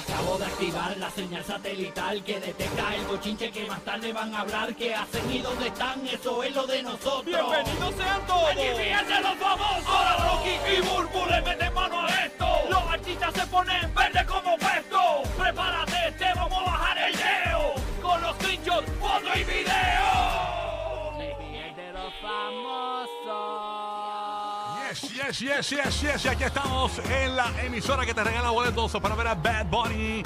acabo de activar la señal satelital que detecta el bochinche que más tarde van a hablar. ¿Qué hacen y dónde están? Eso es lo de nosotros. ¡Bienvenidos sean todos! ¡Aquí fíjense los famosos! Ahora Rocky y Burbu le meten mano a esto. Los artistas se ponen verde como puesto. Prepárate, te vamos a bajar el leo. Con los trinchos, foto y video. de los famosos. Yes, yes, yes, yes, yes. Y aquí estamos en la emisora que te regala boletos para ver a Bad Bunny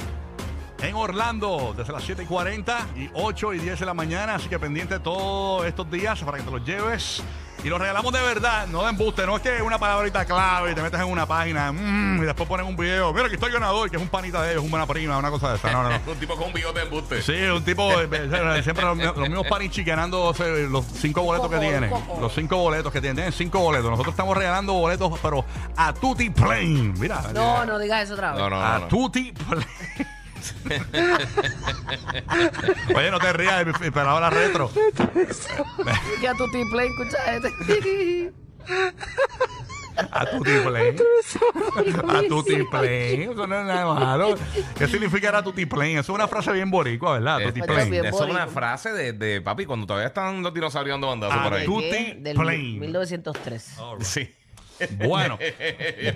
en Orlando desde las 7 y 40 y 8 y 10 de la mañana. Así que pendiente todos estos días para que te los lleves. Y los regalamos de verdad, no de embuste. No es que una palabrita clave y te metes en una página mm, y después ponen un video. Mira, que estoy ganador, que es un panita de ellos, un buena prima, una cosa de esa. No, no, no. Un tipo con un bigote de embuste. Sí, un tipo, eh, siempre los, los mismos parinchi ganando eh, los cinco boletos que tienen. Los cinco boletos que tienen. Tienen cinco boletos. Nosotros estamos regalando boletos, pero a Tutti Plane. Mira. No, no digas eso otra vez. No, no, A no, no. Tutti Plane. Oye, no te rías, pero ahora retro. Que a tu tiple escucha este. A Tutti Plane. A Tutti Plane. Eso no es nada malo. ¿Qué significará Tutti Plane? Eso es una frase bien boricua, ¿verdad? Eh, Tutti eh, Plane. Eso es una frase de, de papi cuando todavía están los dinosaurios dando bandazos Ah, por ahí. tú- ¿Qué? Del Plane. 1903. Sí. Bueno,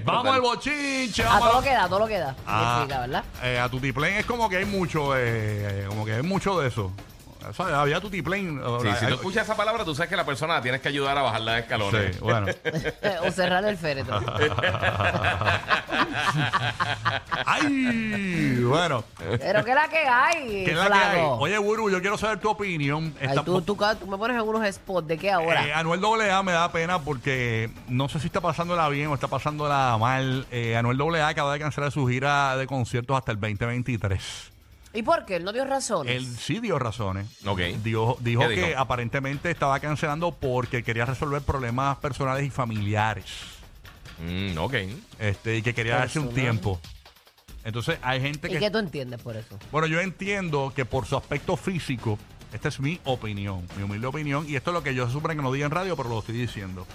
vamos al bochinche. A Vamos todo lo que da, a todo lo que da. Ah, Significa, ¿verdad? eh, a Tutiplén es como que hay mucho, eh, como que hay mucho de eso. O sea, había Tutiplén. o Sí, la- si hay- tú escuchas esa palabra, tú sabes que la persona la tienes que ayudar a bajar las escalones. Sí, bueno. o cerrar el féretro. ¡Ay! Bueno. Pero ¿qué es la que hay? ¿Qué es la que hay? flaco? Oye, Buru, yo quiero saber tu opinión. Ay, Está- tú, tú, tú me pones algunos spots. ¿De qué ahora? Eh, Anuel AA me da pena porque no sé si está pasándola bien o está pasándola mal. Eh, Anuel AA acaba de cancelar su gira de conciertos hasta el 2023. ¿Y por qué? Él no dio razones. Él sí dio razones. Ok. Dijo, dijo ¿Qué que dijo? aparentemente estaba cancelando porque quería resolver problemas personales y familiares. Mm, ok. Este, y que quería darse un Personal. tiempo. Entonces hay gente ¿Y que... qué tú entiendes por eso? Bueno, yo entiendo que por su aspecto físico, esta es mi opinión, mi humilde opinión, y esto es lo que yo se supone que no diga en radio, pero lo estoy diciendo.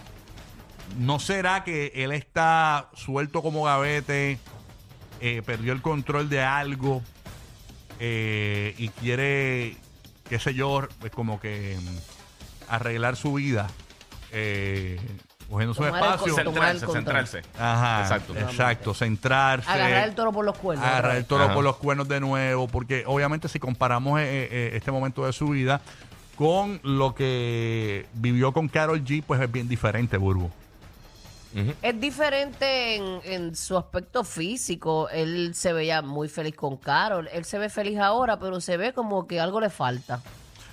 ¿No será que él está suelto como gavete, eh, perdió el control de algo eh, y quiere, qué sé yo, pues como que mm, arreglar su vida, eh, cogiendo su Tomar el espacio? control. Tomar el Centrarse, control. centrarse. Ajá, Exacto. exacto, exacto, centrarse Agarrar el toro por los cuernos. agarrar el toro Ajá. por los cuernos de nuevo, porque obviamente si comparamos eh, eh, este momento de su vida con lo que vivió con Carol G, pues es bien diferente, Burbu. Ujú. Es diferente en, en su aspecto físico. Él se veía muy feliz con Carol. Él se ve feliz ahora, pero se ve como que algo le falta.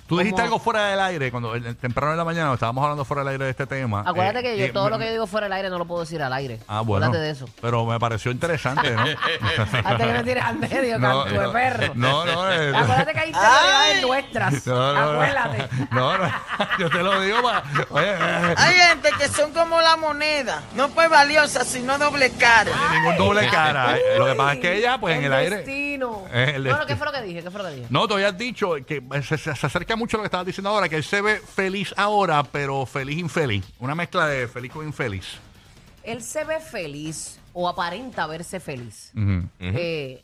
Tú dijiste ¿Cómo? algo fuera del aire, cuando el- el- temprano en la mañana estábamos hablando fuera del aire de este tema. Acuérdate Eh, que yo eh, todo me- lo que yo digo fuera del aire no lo puedo decir al aire. Ah, bueno. Acuérdate de eso. Pero me pareció interesante, ¿no? Hasta que me tires al medio, No, canto de no, perro. No, no, eh, Acuérdate que hay teorías nuestras. no, no, no. Acuérdate. No, no, yo te lo digo para... Oye, eh, Hay gente que son como la moneda, no fue valiosa, sino doble cara. ningún doble cara. Eh, Lo que pasa es que ella, pues en el aire... Destino. Eh, el bueno, destino. ¿qué fue lo que dije? ¿Qué fue lo que dije? No, te habías dicho que se, se- se acerca mucho a lo que estabas diciendo ahora, que él se ve feliz ahora, pero feliz infeliz. Una mezcla de feliz con infeliz. Él se ve feliz o aparenta verse feliz. Ujú. Eh,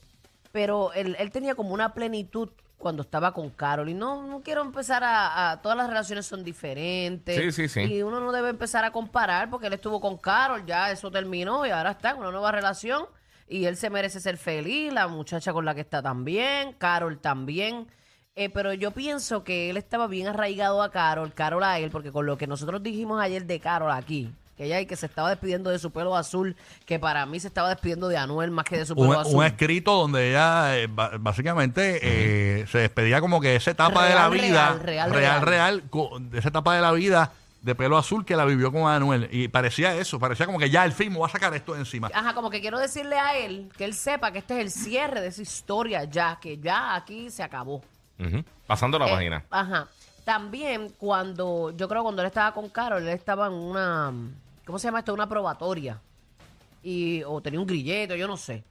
pero él, él tenía como una plenitud cuando estaba con Carol. Y no, no quiero empezar a, a- Todas las relaciones son diferentes. Sí, sí, sí. Y uno no debe empezar a comparar porque él estuvo con Carol, ya eso terminó y ahora está en una nueva relación. Y él se merece ser feliz, la muchacha con la que está también, Carol también. Eh, pero yo pienso que él estaba bien arraigado a Carol, Carol a él, porque con lo que nosotros dijimos ayer de Carol aquí, que ella y que se estaba despidiendo de su pelo azul, que para mí se estaba despidiendo de Anuel más que de su pelo Un, azul. un escrito donde ella eh, ba- básicamente eh, se despedía como que esa etapa de la Real, vida, real, real, real, real. real, co- de esa etapa de la vida de pelo azul que la vivió con Manuel. Y parecía eso, parecía como que ya al fin me voy a sacar esto de encima. Ajá, como que quiero decirle a él que él sepa que este es el cierre de esa historia ya, que ya aquí se acabó. Ujú. Pasando la Eh, página. Ajá. También cuando, yo creo cuando él estaba con Carol, él estaba en una, ¿cómo se llama esto? Una probatoria. Y, o tenía un grillete, yo no sé.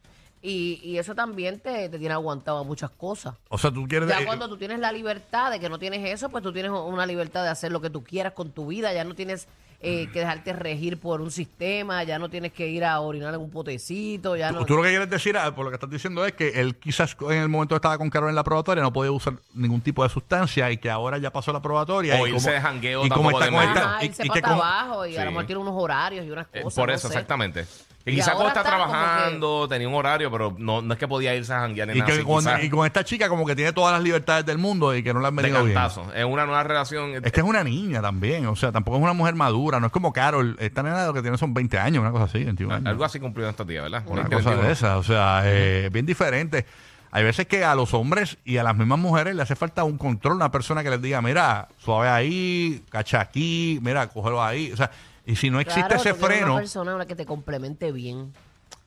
Y, y eso también te, te tiene aguantado a muchas cosas. O sea, tú quieres... Ya eh, cuando tú tienes la libertad de que no tienes eso, pues tú tienes una libertad de hacer lo que tú quieras con tu vida. Ya no tienes Mm. eh, que dejarte regir por un sistema, ya no tienes que ir a orinar en un potecito, ya Tú, no... tú lo que quieres decir, ah, por lo que estás diciendo, es que él quizás en el momento que estaba con Carol en la probatoria no podía usar ningún tipo de sustancia y que ahora ya pasó la probatoria. O y irse de jangueo y como está tampoco de con más. esta- Ajá, y- Ah, irse y para que como- abajo y a Sí. lo mejor tiene unos horarios y unas Eh, cosas. por no eso, sé. exactamente. Que Y quizás cuando está ahora está como trabajando, tenía un horario, pero no, no es que podía irse a janguear ni y nada. que así, con, quizás. y con esta chica como que tiene todas las libertades del mundo y que no le han de venido bien. cantazo. Es una nueva relación. Es que es una niña también, o sea, tampoco es una mujer madura, no es como Carol, esta nena lo que tiene son 20 años, una cosa así, 21 años. Algo así cumplido en estos días, ¿verdad? Una 20, cosa de 21. esas, o sea, eh, bien diferente. Hay veces que a los hombres y a las mismas mujeres le hace falta un control, una persona que les diga, mira, suave ahí, cacha aquí, mira, cógelo ahí. O sea, y si no existe Claro, ese tú quieres freno, Una persona a la que te complemente bien.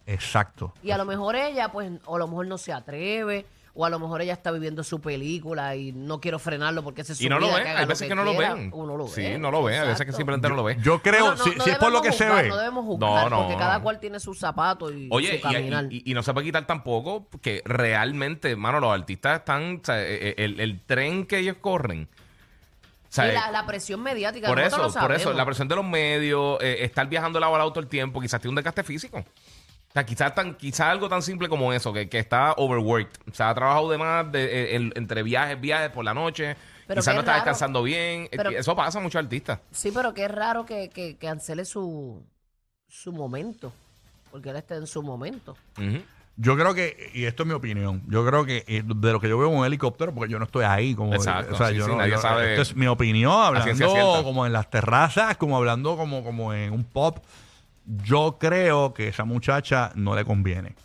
exacto. Y a lo mejor ella, pues, o a lo mejor no se atreve, o a lo mejor ella está viviendo su película y no quiero frenarlo porque ese es su Y no lo vida, ven, haga hay veces que no lo quiera, ven. o no lo Sí, ven, no lo ven, a veces que exacto. simplemente no lo ven. Yo creo, No, no, si, no si es por lo que debemos se juzgar, ve, No debemos juzgar No, no. porque cada cual tiene su zapato y Oye, su y, caminar. y- y- y no se puede quitar tampoco que realmente, hermano, los artistas están, o sea, eh, eh, el, el tren que ellos corren. o sea, eh, Y la, la presión mediática. por eso, nosotros lo por eso, sabemos. la presión de los medios, eh, estar viajando de lado a lado todo el tiempo, quizás tiene un desgaste físico. O sea, quizás tan, quizás algo tan simple como eso, que, que está overworked. O sea, ha trabajado de más de- eh, en- entre viajes, viajes por la noche. Pero quizás qué no está raro. descansando bien. Eh, Pero- eso pasa a muchos artistas. Sí, pero qué raro que, que cancele su, su momento. Porque él está en su momento. Ujú. yo creo que, y esto es mi opinión, yo creo que eh, de lo que yo veo en un helicóptero, porque yo no estoy ahí, como Exacto, o sea, sí, yo sí, no- nadie yo- sabe esto es mi opinión, ciencia hablando cierta. como en las terrazas, como hablando como, como en un pop. Yo creo que esa muchacha no le conviene.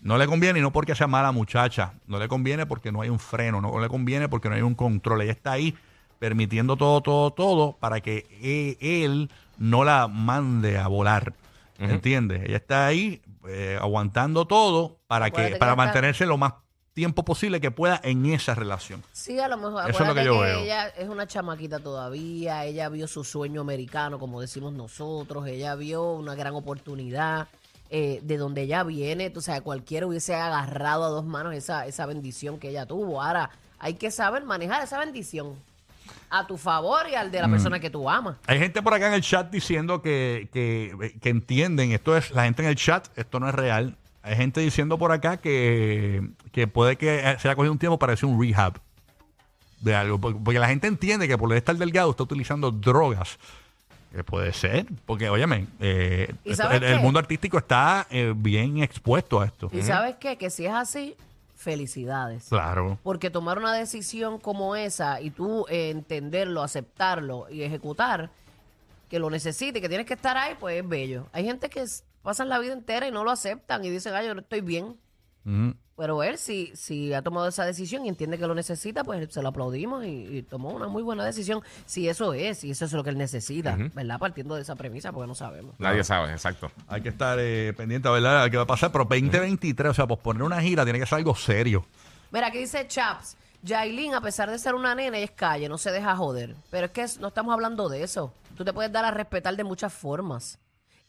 No le conviene y no porque sea mala muchacha, no le conviene porque no hay un freno, no le conviene porque no hay un control. Ella está ahí permitiendo todo, todo, todo para que e- él no la mande a volar. ¿Entiendes? Ella está ahí eh, aguantando todo para Acuérdate que que para ella está- mantenerse lo más tiempo posible que pueda en esa relación. Sí, a lo mejor. Eso es lo que acuérdate yo veo. Ella es una chamaquita todavía. Ella vio su sueño americano, como decimos nosotros. Ella vio una gran oportunidad eh, de donde ella viene. Tú sabes, cualquiera hubiese agarrado a dos manos esa, esa bendición que ella tuvo. Ahora, hay que saber manejar esa bendición a tu favor y al Mm. de la persona que tú amas. Hay gente por acá en el chat diciendo que, que- que entienden, esto es la gente en el chat, esto no es real. Hay gente diciendo por acá que, que puede que se haya cogido un tiempo para hacer un rehab de algo, porque, porque la gente entiende que por estar delgado está utilizando drogas. Que puede ser, porque óyeme, eh, ¿Y esto- sabes el, el qué? mundo artístico está eh, bien expuesto a esto. Y sabes qué? Que si es así, felicidades. Claro. Porque tomar una decisión como esa y tú eh, entenderlo, aceptarlo y ejecutar, que lo necesite, que tienes que estar ahí, pues es bello. Hay gente que s- pasan la vida entera y no lo aceptan y dicen, ay, yo no estoy bien. Mm. Pero él, si, si ha tomado esa decisión y entiende que lo necesita, pues se lo aplaudimos y, y tomó una muy buena decisión. Si eso es, si eso es lo que él necesita, ¿verdad? Partiendo de esa premisa, porque no sabemos. Nadie sabe, exacto. Hay que estar eh, pendiente a ver a qué va a pasar, pero 2023, o sea, posponer una gira tiene que ser algo serio. Mira, aquí dice Chaps. Yailin, a pesar de ser una nena, ella es calle, no se deja joder. Pero es que es- no estamos hablando de eso. Tú te puedes dar a respetar de muchas formas.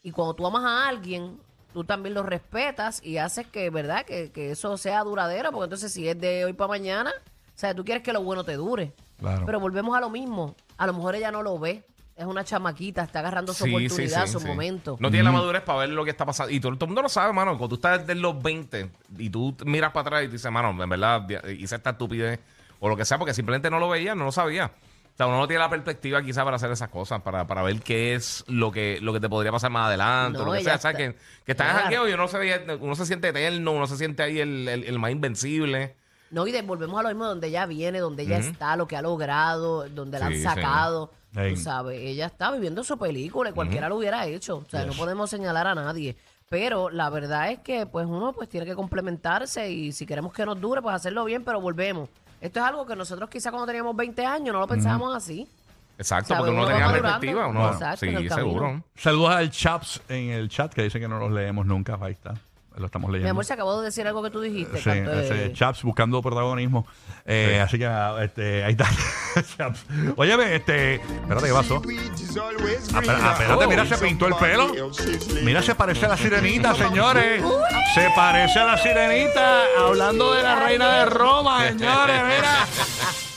Y cuando tú amas a alguien, tú también lo respetas y haces que, ¿verdad? Que, que eso sea duradero, porque entonces si es de hoy para mañana, o sea, tú quieres que lo bueno te dure. Claro. Pero volvemos a lo mismo. A lo mejor ella no lo ve. Es una chamaquita, está agarrando su Sí, oportunidad, sí, sí, su sí. momento. No tiene la madurez para ver lo que está pasando. Y todo, todo el mundo lo sabe, mano. Cuando tú estás desde los 20 y tú miras para atrás y tú dices, mano, en verdad di- hice esta estupidez o lo que sea, porque simplemente no lo veía, no lo sabía. O sea, uno no tiene la perspectiva quizá para hacer esas cosas, para, para ver qué es lo que, lo que te podría pasar más adelante, No, lo que sea. ella O sea, que, está- que estás en Claro. jangueo y uno se, ve- uno se siente eterno, uno se siente ahí el, el- el más invencible. No, y de- volvemos a lo mismo donde ella viene, donde ella está, lo que ha logrado, donde la han Sí, sacado. Ahí. Tú sabes, ella está viviendo su película y cualquiera lo hubiera hecho. O sea, no podemos señalar a nadie. Pero la verdad es que pues uno pues tiene que complementarse y si queremos que nos dure, pues hacerlo bien, pero volvemos. Esto es algo que nosotros quizá cuando teníamos 20 años no lo pensábamos así. Exacto, Sabe, porque uno no uno tenía va la madurando. perspectiva. Uno, Exacto, en sí, el camino. seguro. Saludos al Chaps en el chat que dice que no los leemos nunca. Ahí está. Lo estamos leyendo. Mi amor, se acabó de decir algo que tú dijiste. Sí, canto de- ese Chaps buscando protagonismo. Eh, Así que este, ahí está. Chaps. Óyeme, este. Espérate, ¿qué pasó? Ah, espera- ah, Espérate, mira, se pintó el pelo. Mira, se parece a la sirenita, señores. Se parece a la sirenita. Hablando de la reina de Roma, señores, mira.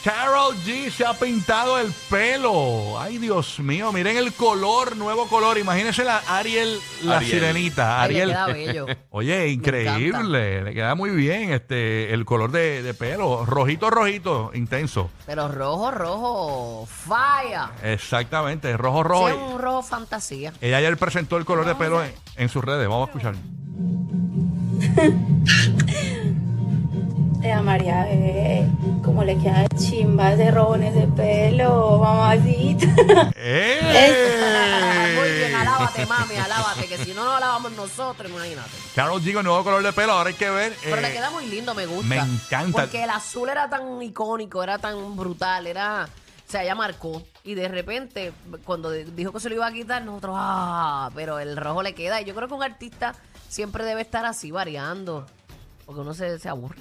Carol G se ha pintado el pelo. Ay, Dios mío, miren el color, nuevo color. Imagínense la Ariel, la Ariel. sirenita. Ay, le Ariel. queda bello. Oye, increíble. Le queda muy bien este el color de, de pelo. Rojito, rojito, intenso. Pero rojo, rojo, falla. Exactamente, rojo, Sí, rojo. es un rojo fantasía. Ella ayer presentó el color de pelo en, en sus redes. Vamos a escuchar. Te amaría ver cómo eh, le queda chimba ese ron, ese pelo, mamacita. ¡Eh! Muy bien, alábate, mami, alábate, que si no nos alábamos nosotros, imagínate. Carol G con nuevo color de pelo. Ahora hay que ver. Pero eh, le queda muy lindo, me gusta. me encanta. Porque el azul era tan icónico, era tan brutal, era. O sea, ella marcó. Y de repente, cuando de- dijo que se lo iba a quitar, nosotros, ah, pero el rojo le queda. Y yo creo que un artista siempre debe estar así, variando. Porque uno se, se aburre.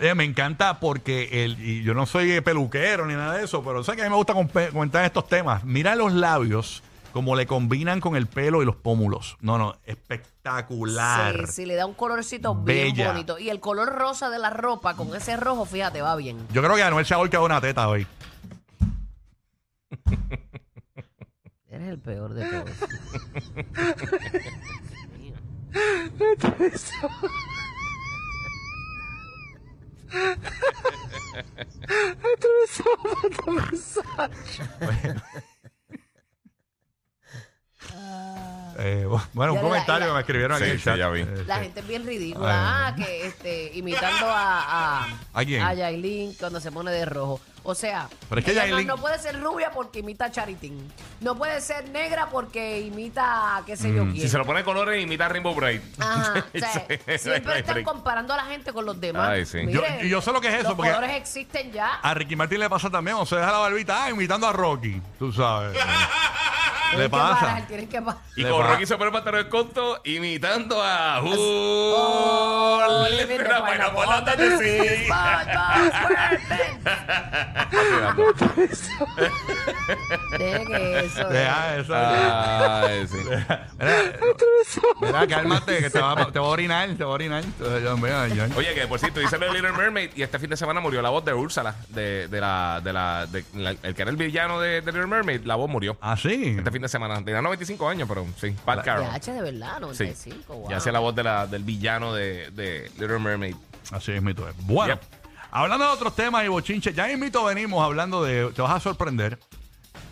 Oye, me encanta porque el, y yo no soy eh, peluquero ni nada de eso, pero sé que a mí me gusta comp- comentar estos temas. Mira los labios, como le combinan con el pelo y los pómulos. No, no, espectacular. Sí, sí, le da un colorcito bien Bella. bonito. Y el color rosa de la ropa con ese rojo, fíjate, va bien. Yo creo que Anuel se ha volcado una teta hoy. Eres el peor de todos. Eh, bu- bueno, un Ya la- comentario la- que me escribieron aquí Sí, en el sí, chat. ya vi. Eh, La gente es bien ridícula. Ah, que este, imitando a. ¿A, ¿A quién? Yailin cuando se pone de rojo. O sea, Pero es que ella no- Yailin- no, puede ser rubia porque imita a Charitín. No puede ser negra porque imita a qué sé Mm, yo quién. Si se lo pone de colores, imita a Rainbow Bright. Ajá, o sea, Sí, no siempre hay están break. comparando a la gente con los demás. Ay, sí. Yo- y yo sé lo que es eso, Los porque- Ah, colores existen ya. A Ricky Martin le pasa también, o sea, deja la barbita ah, imitando a Rocky, tú sabes. Tienen le que pasa. parar, tienen que parar. Y Le con pa- Rocky se pone pantalón de conto imitando a. Juli. Living the Pero bueno, pineapple por la on the tarde sí. Dejen eso. eh. Deja eso. Ah. Ay, sí. Mira, eh, mira, cálmate, que te va, te va a orinar, te va a orinar. Entonces, yo, mira, yo- Oye, que por cierto, dice lo de Little Mermaid y este fin de semana murió la voz de Úrsula, de, de la, de la, de la- el que era el villano de, de Little Mermaid, la voz murió Ah, sí. este fin de semana. Tenía 95 años, pero sí, Pat Carroll. De H de verdad, Sí, 95. wow. y hacía la voz de la, del villano de, de Little Mermaid. Así es, mito. Bueno, Yep. hablando de otros temas y bochinches, ya en mito venimos hablando de. Te vas a sorprender.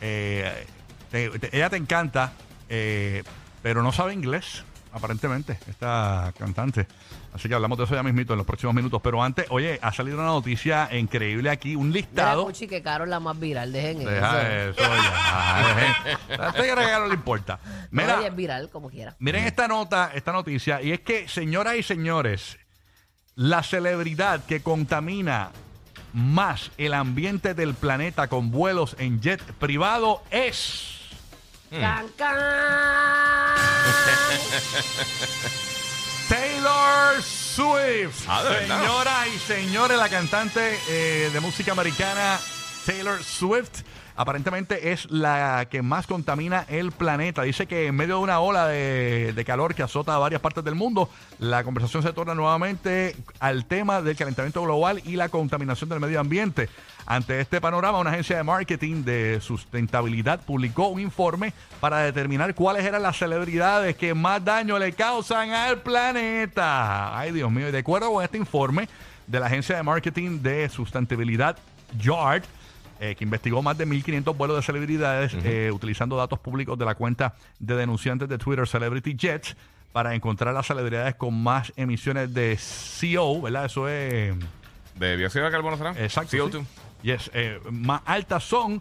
Eh, te- te- ella te encanta, eh, pero no sabe inglés, aparentemente, esta cantante. Así que hablamos de eso ya mismito en los próximos minutos. Pero antes, oye, ha salido una noticia increíble aquí, un Mira, listado. Cuchi, que Carol la más viral, dejen eso. Deja eso ya. Deja- Este regalo no le importa. Mira, Oye, es viral como quiera. Miren esta nota, esta noticia, y es que, señoras y señores, la celebridad que contamina más el ambiente del planeta con vuelos en jet privado es Mm. Can, can. Taylor Swift. Ah, ¿de verdad? señoras y señores, la cantante eh, de música americana Taylor Swift. Aparentemente es la que más contamina el planeta. Dice que en medio de una ola de, de calor que azota a varias partes del mundo, la conversación se torna nuevamente al tema del calentamiento global y la contaminación del medio ambiente. Ante este panorama, una agencia de marketing de sustentabilidad publicó un informe para determinar cuáles eran las celebridades que más daño le causan al planeta. Ay, Dios mío. Y de acuerdo con este informe de la agencia de marketing de sustentabilidad Yard, eh, que investigó más de 1.500 vuelos de celebridades eh, utilizando datos públicos de la cuenta de denunciantes de Twitter Celebrity Jets para encontrar las celebridades con más emisiones de CO, ¿verdad? Eso es... ¿De dióxido de carbono será? Exacto. CO2. sí. Yes, eh, más altas son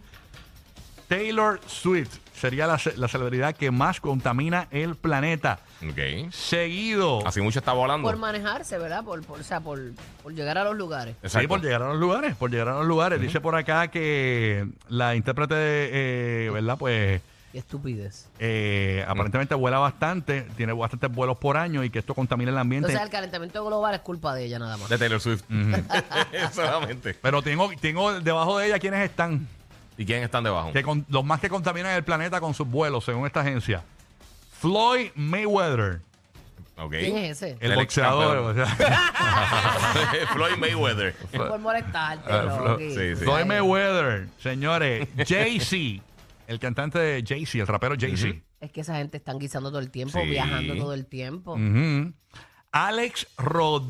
Taylor Swift. Sería la, ce- la celebridad que más contamina el planeta. Ok. Seguido. Así mucho está volando. Por manejarse, ¿verdad? Por, por, o sea, por, por llegar a los lugares. Exacto. Sí, por llegar a los lugares, por llegar a los lugares. Dice por acá que la intérprete, eh, ¿verdad? Pues Qué estupidez. eh, aparentemente vuela bastante, tiene bastantes vuelos por año y que esto contamina el O ambiente. sea, el calentamiento global es culpa de ella nada más. De Taylor Swift. Solamente. Pero tengo, tengo debajo de ella quienes están, ¿Y quién están debajo? que con- los más que contaminan el planeta con sus vuelos, según esta agencia. Floyd Mayweather, Ok. ¿Quién es ese? El El ex boxeador. campeón. o sea, Floyd Mayweather. eh, Por molestarte, Ah, Flo- Rocky. sí, sí. Floyd Mayweather, señores. Jay-Z, el cantante de Jay-Z, el rapero Jay-Z. Es que esa gente están guisando todo el tiempo, Sí. viajando todo el tiempo. Ujú. Alex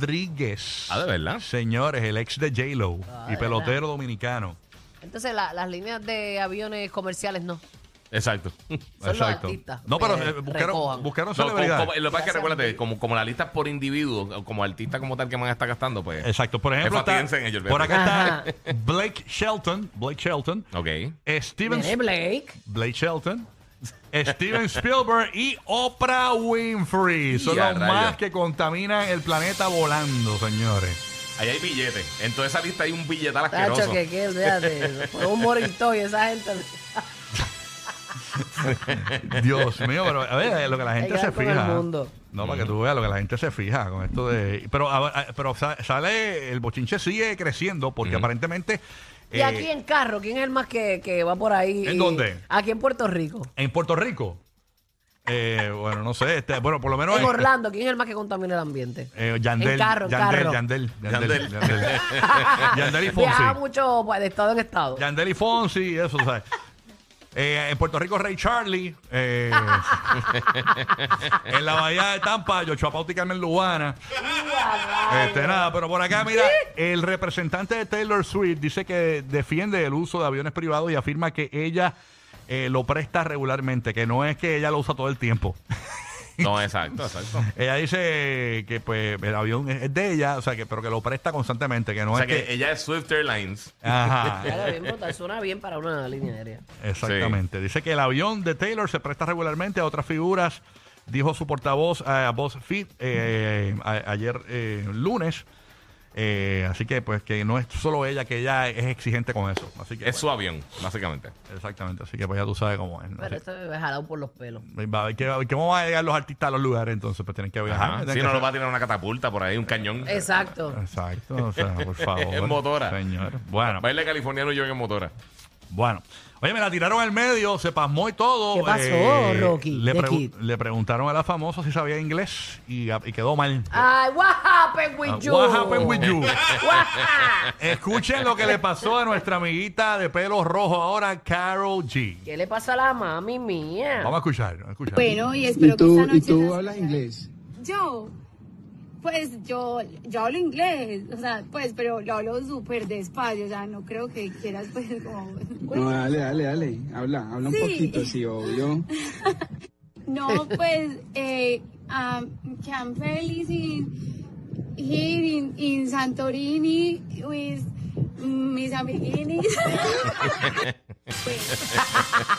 Rodríguez. Ah, ¿de verdad? Señores, el ex de J-Lo Ah, y pelotero dominicano. Entonces la- las líneas de aviones comerciales no. Exacto. Son los artistas. No, pero Eh, eh, buscaron, recojan. buscaron No, como- celebridades. como- lo que pasa es que Gracias, recuérdate, Miguel. como, como la lista es por individuo, como artista como tal que van a estar gastando, pues. Exacto. Por ejemplo, está- Enfaticense en ello, por olvídate. acá está Blake Shelton. Blake Shelton. Ok. eh, Steven Viene Blake. Blake Shelton, Steven Spielberg y Oprah Winfrey. Son Y a los rayos. más que contaminan el planeta volando, señores. Ahí hay billetes. En toda esa lista hay un billetal asqueroso. Tacho, que qué, fíjate. Fue un morito y esa gente. Dios mío, pero a ver, eh, lo que la gente Hay que se dar con el fija. mundo. No, para que tú veas lo que la gente se fija con esto de. Pero, a ver, a- pero sa- sale, el bochinche sigue creciendo porque aparentemente. Y eh, aquí en carro, ¿quién es el más que, que va por ahí? ¿En Y- dónde? Aquí en Puerto Rico. en Puerto Rico. eh, bueno, no sé. este, bueno, por lo menos. en Orlando, ¿quién es el más que contamina el ambiente? eh, Yandel, En carro, en Yandel, carro. Ah, Yandel, Yandel, Yandel. Yandel. Yandel y Fonsi. Viaja mucho pues, de estado en estado. Yandel y Fonsi, y eso, ¿sabes? Eh, en Puerto Rico, Ray Charlie. eh, en la Bahía de Tampa, Yochoa Pauta y Carmen Lubana. Este, nada, pero por acá, mira, el representante de Taylor Swift dice que defiende el uso de aviones privados y afirma que ella eh, lo presta regularmente, que no es que ella lo usa todo el tiempo. No, exacto, exacto. Ella dice que pues el avión es es de ella, o sea que, pero que lo presta constantemente, que no O sea es que. que ella es Swift Airlines. Ajá. Claro, bien brutal, Suena bien para una línea aérea. Exactamente. Dice que el avión de Taylor se presta regularmente a otras figuras, dijo su portavoz a BuzzFeed eh, a- ayer eh, lunes. Eh, así que, pues, que no es solo ella, que ella es exigente con eso. Así que, Es su avión, básicamente. bueno, exactamente. Así que, pues, ya tú sabes cómo es. ¿no? Pero Así- esto me ve jalado por los pelos. Va a ver que- a ver ¿Cómo van a llegar los artistas a los lugares? Entonces, pues, tienen que viajar. Ajá. Tienen Si que no, lo hacer- va a tirar una catapulta por ahí, un cañón. Exacto. Exacto, o sea, por favor. En motora. Señor. Bueno, Baile californiano yo en motora. Bueno. Oye, me la tiraron al medio, se pasmó y todo. eh, ¿Qué pasó, Rocky, Le, The pregu- Kid? le preguntaron a la famosa si sabía inglés y, y quedó mal. Ay, what happened with Ah, you? What happened with you? What hap- Escuchen lo que le pasó a nuestra amiguita de pelo rojo ahora, Carol G. ¿Qué le pasa a la mami mía? Vamos a escuchar, vamos a escuchar. Bueno, y ¿Y espero tú, que esta y noche... tú nos- hablas inglés? Yo, pues yo, yo hablo inglés, o sea, pues, pero lo hablo súper despacio, o sea, no creo que quieras, pues, como... No, dale, dale, dale. Habla, habla Sí. un poquito, sí, obvio. No, pues, eh, um, Campbell is in, here in, in Santorini with mis amiguinis.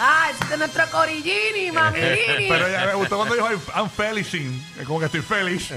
Ah, este es nuestro Corillini, mami Lini. Pero ella me gustó cuando dijo "I'm- I'm felicing. Es como que estoy feliz.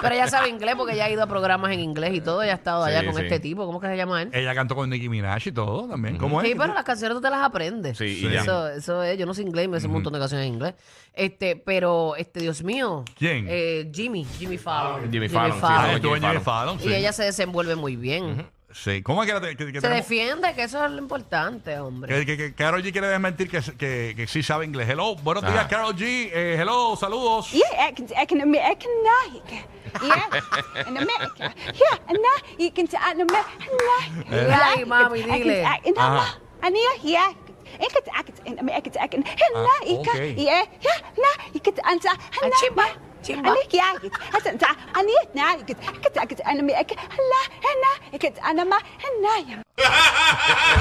Pero ella sabe inglés porque ella ha ido a programas en inglés y todo. Ella ha estado allá Sí, con sí. este tipo. ¿Cómo que se llama él? ella cantó con Nicki Minaj y todo también. ¿Cómo es? Sí, pero las canciones tú te las aprendes. Sí, y ya. Eso, eso es, yo no sé inglés, me sé un montón de canciones en inglés. Este, pero, este, Dios mío. ¿Quién? Eh, Jimmy, Jimmy Fallon. Jimmy Fallon, sí, Ah, no, estuvo en Jimmy Jimmy Fallon. Y sí. ella se desenvuelve muy bien. Sí. ¿Cómo es que, la te- que- que Se tenemos- defiende, que eso es lo importante, hombre. Que, que, que Carol G quiere desmentir que, que, que sí sabe inglés. Hello, buenos días, Ajá. Carol G. Eh, hello, saludos. Yeah, I can, I can, Amer- I can, I can, yeah, in America, yeah, and now you can, in America, Eh. Ay, mami, dile. in Ajá. and yeah, yeah. I can, I can, in America, I can, Ah, hello, I okay. can, yeah, yeah, now you can, and Ah, hello, chimba, chimba. And yeah, it, and and yeah, now you can, I can, I can, in America, hello, and now you can, and I'm, and I am.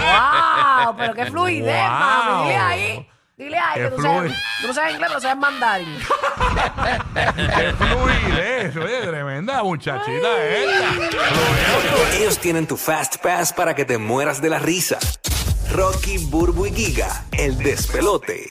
¡Wow! Pero qué fluidez, Wow. mami. Dile ahí. Dile ahí Qué que tú sabes, fluid. tú no sabes inglés, pero sabes mandarín. ¡Qué fluidez! Oye, eh, tremenda muchachita esta. Ellos tienen tu Fast Pass para que te mueras de la risa. Rocky, Burbu y Giga, el despelote.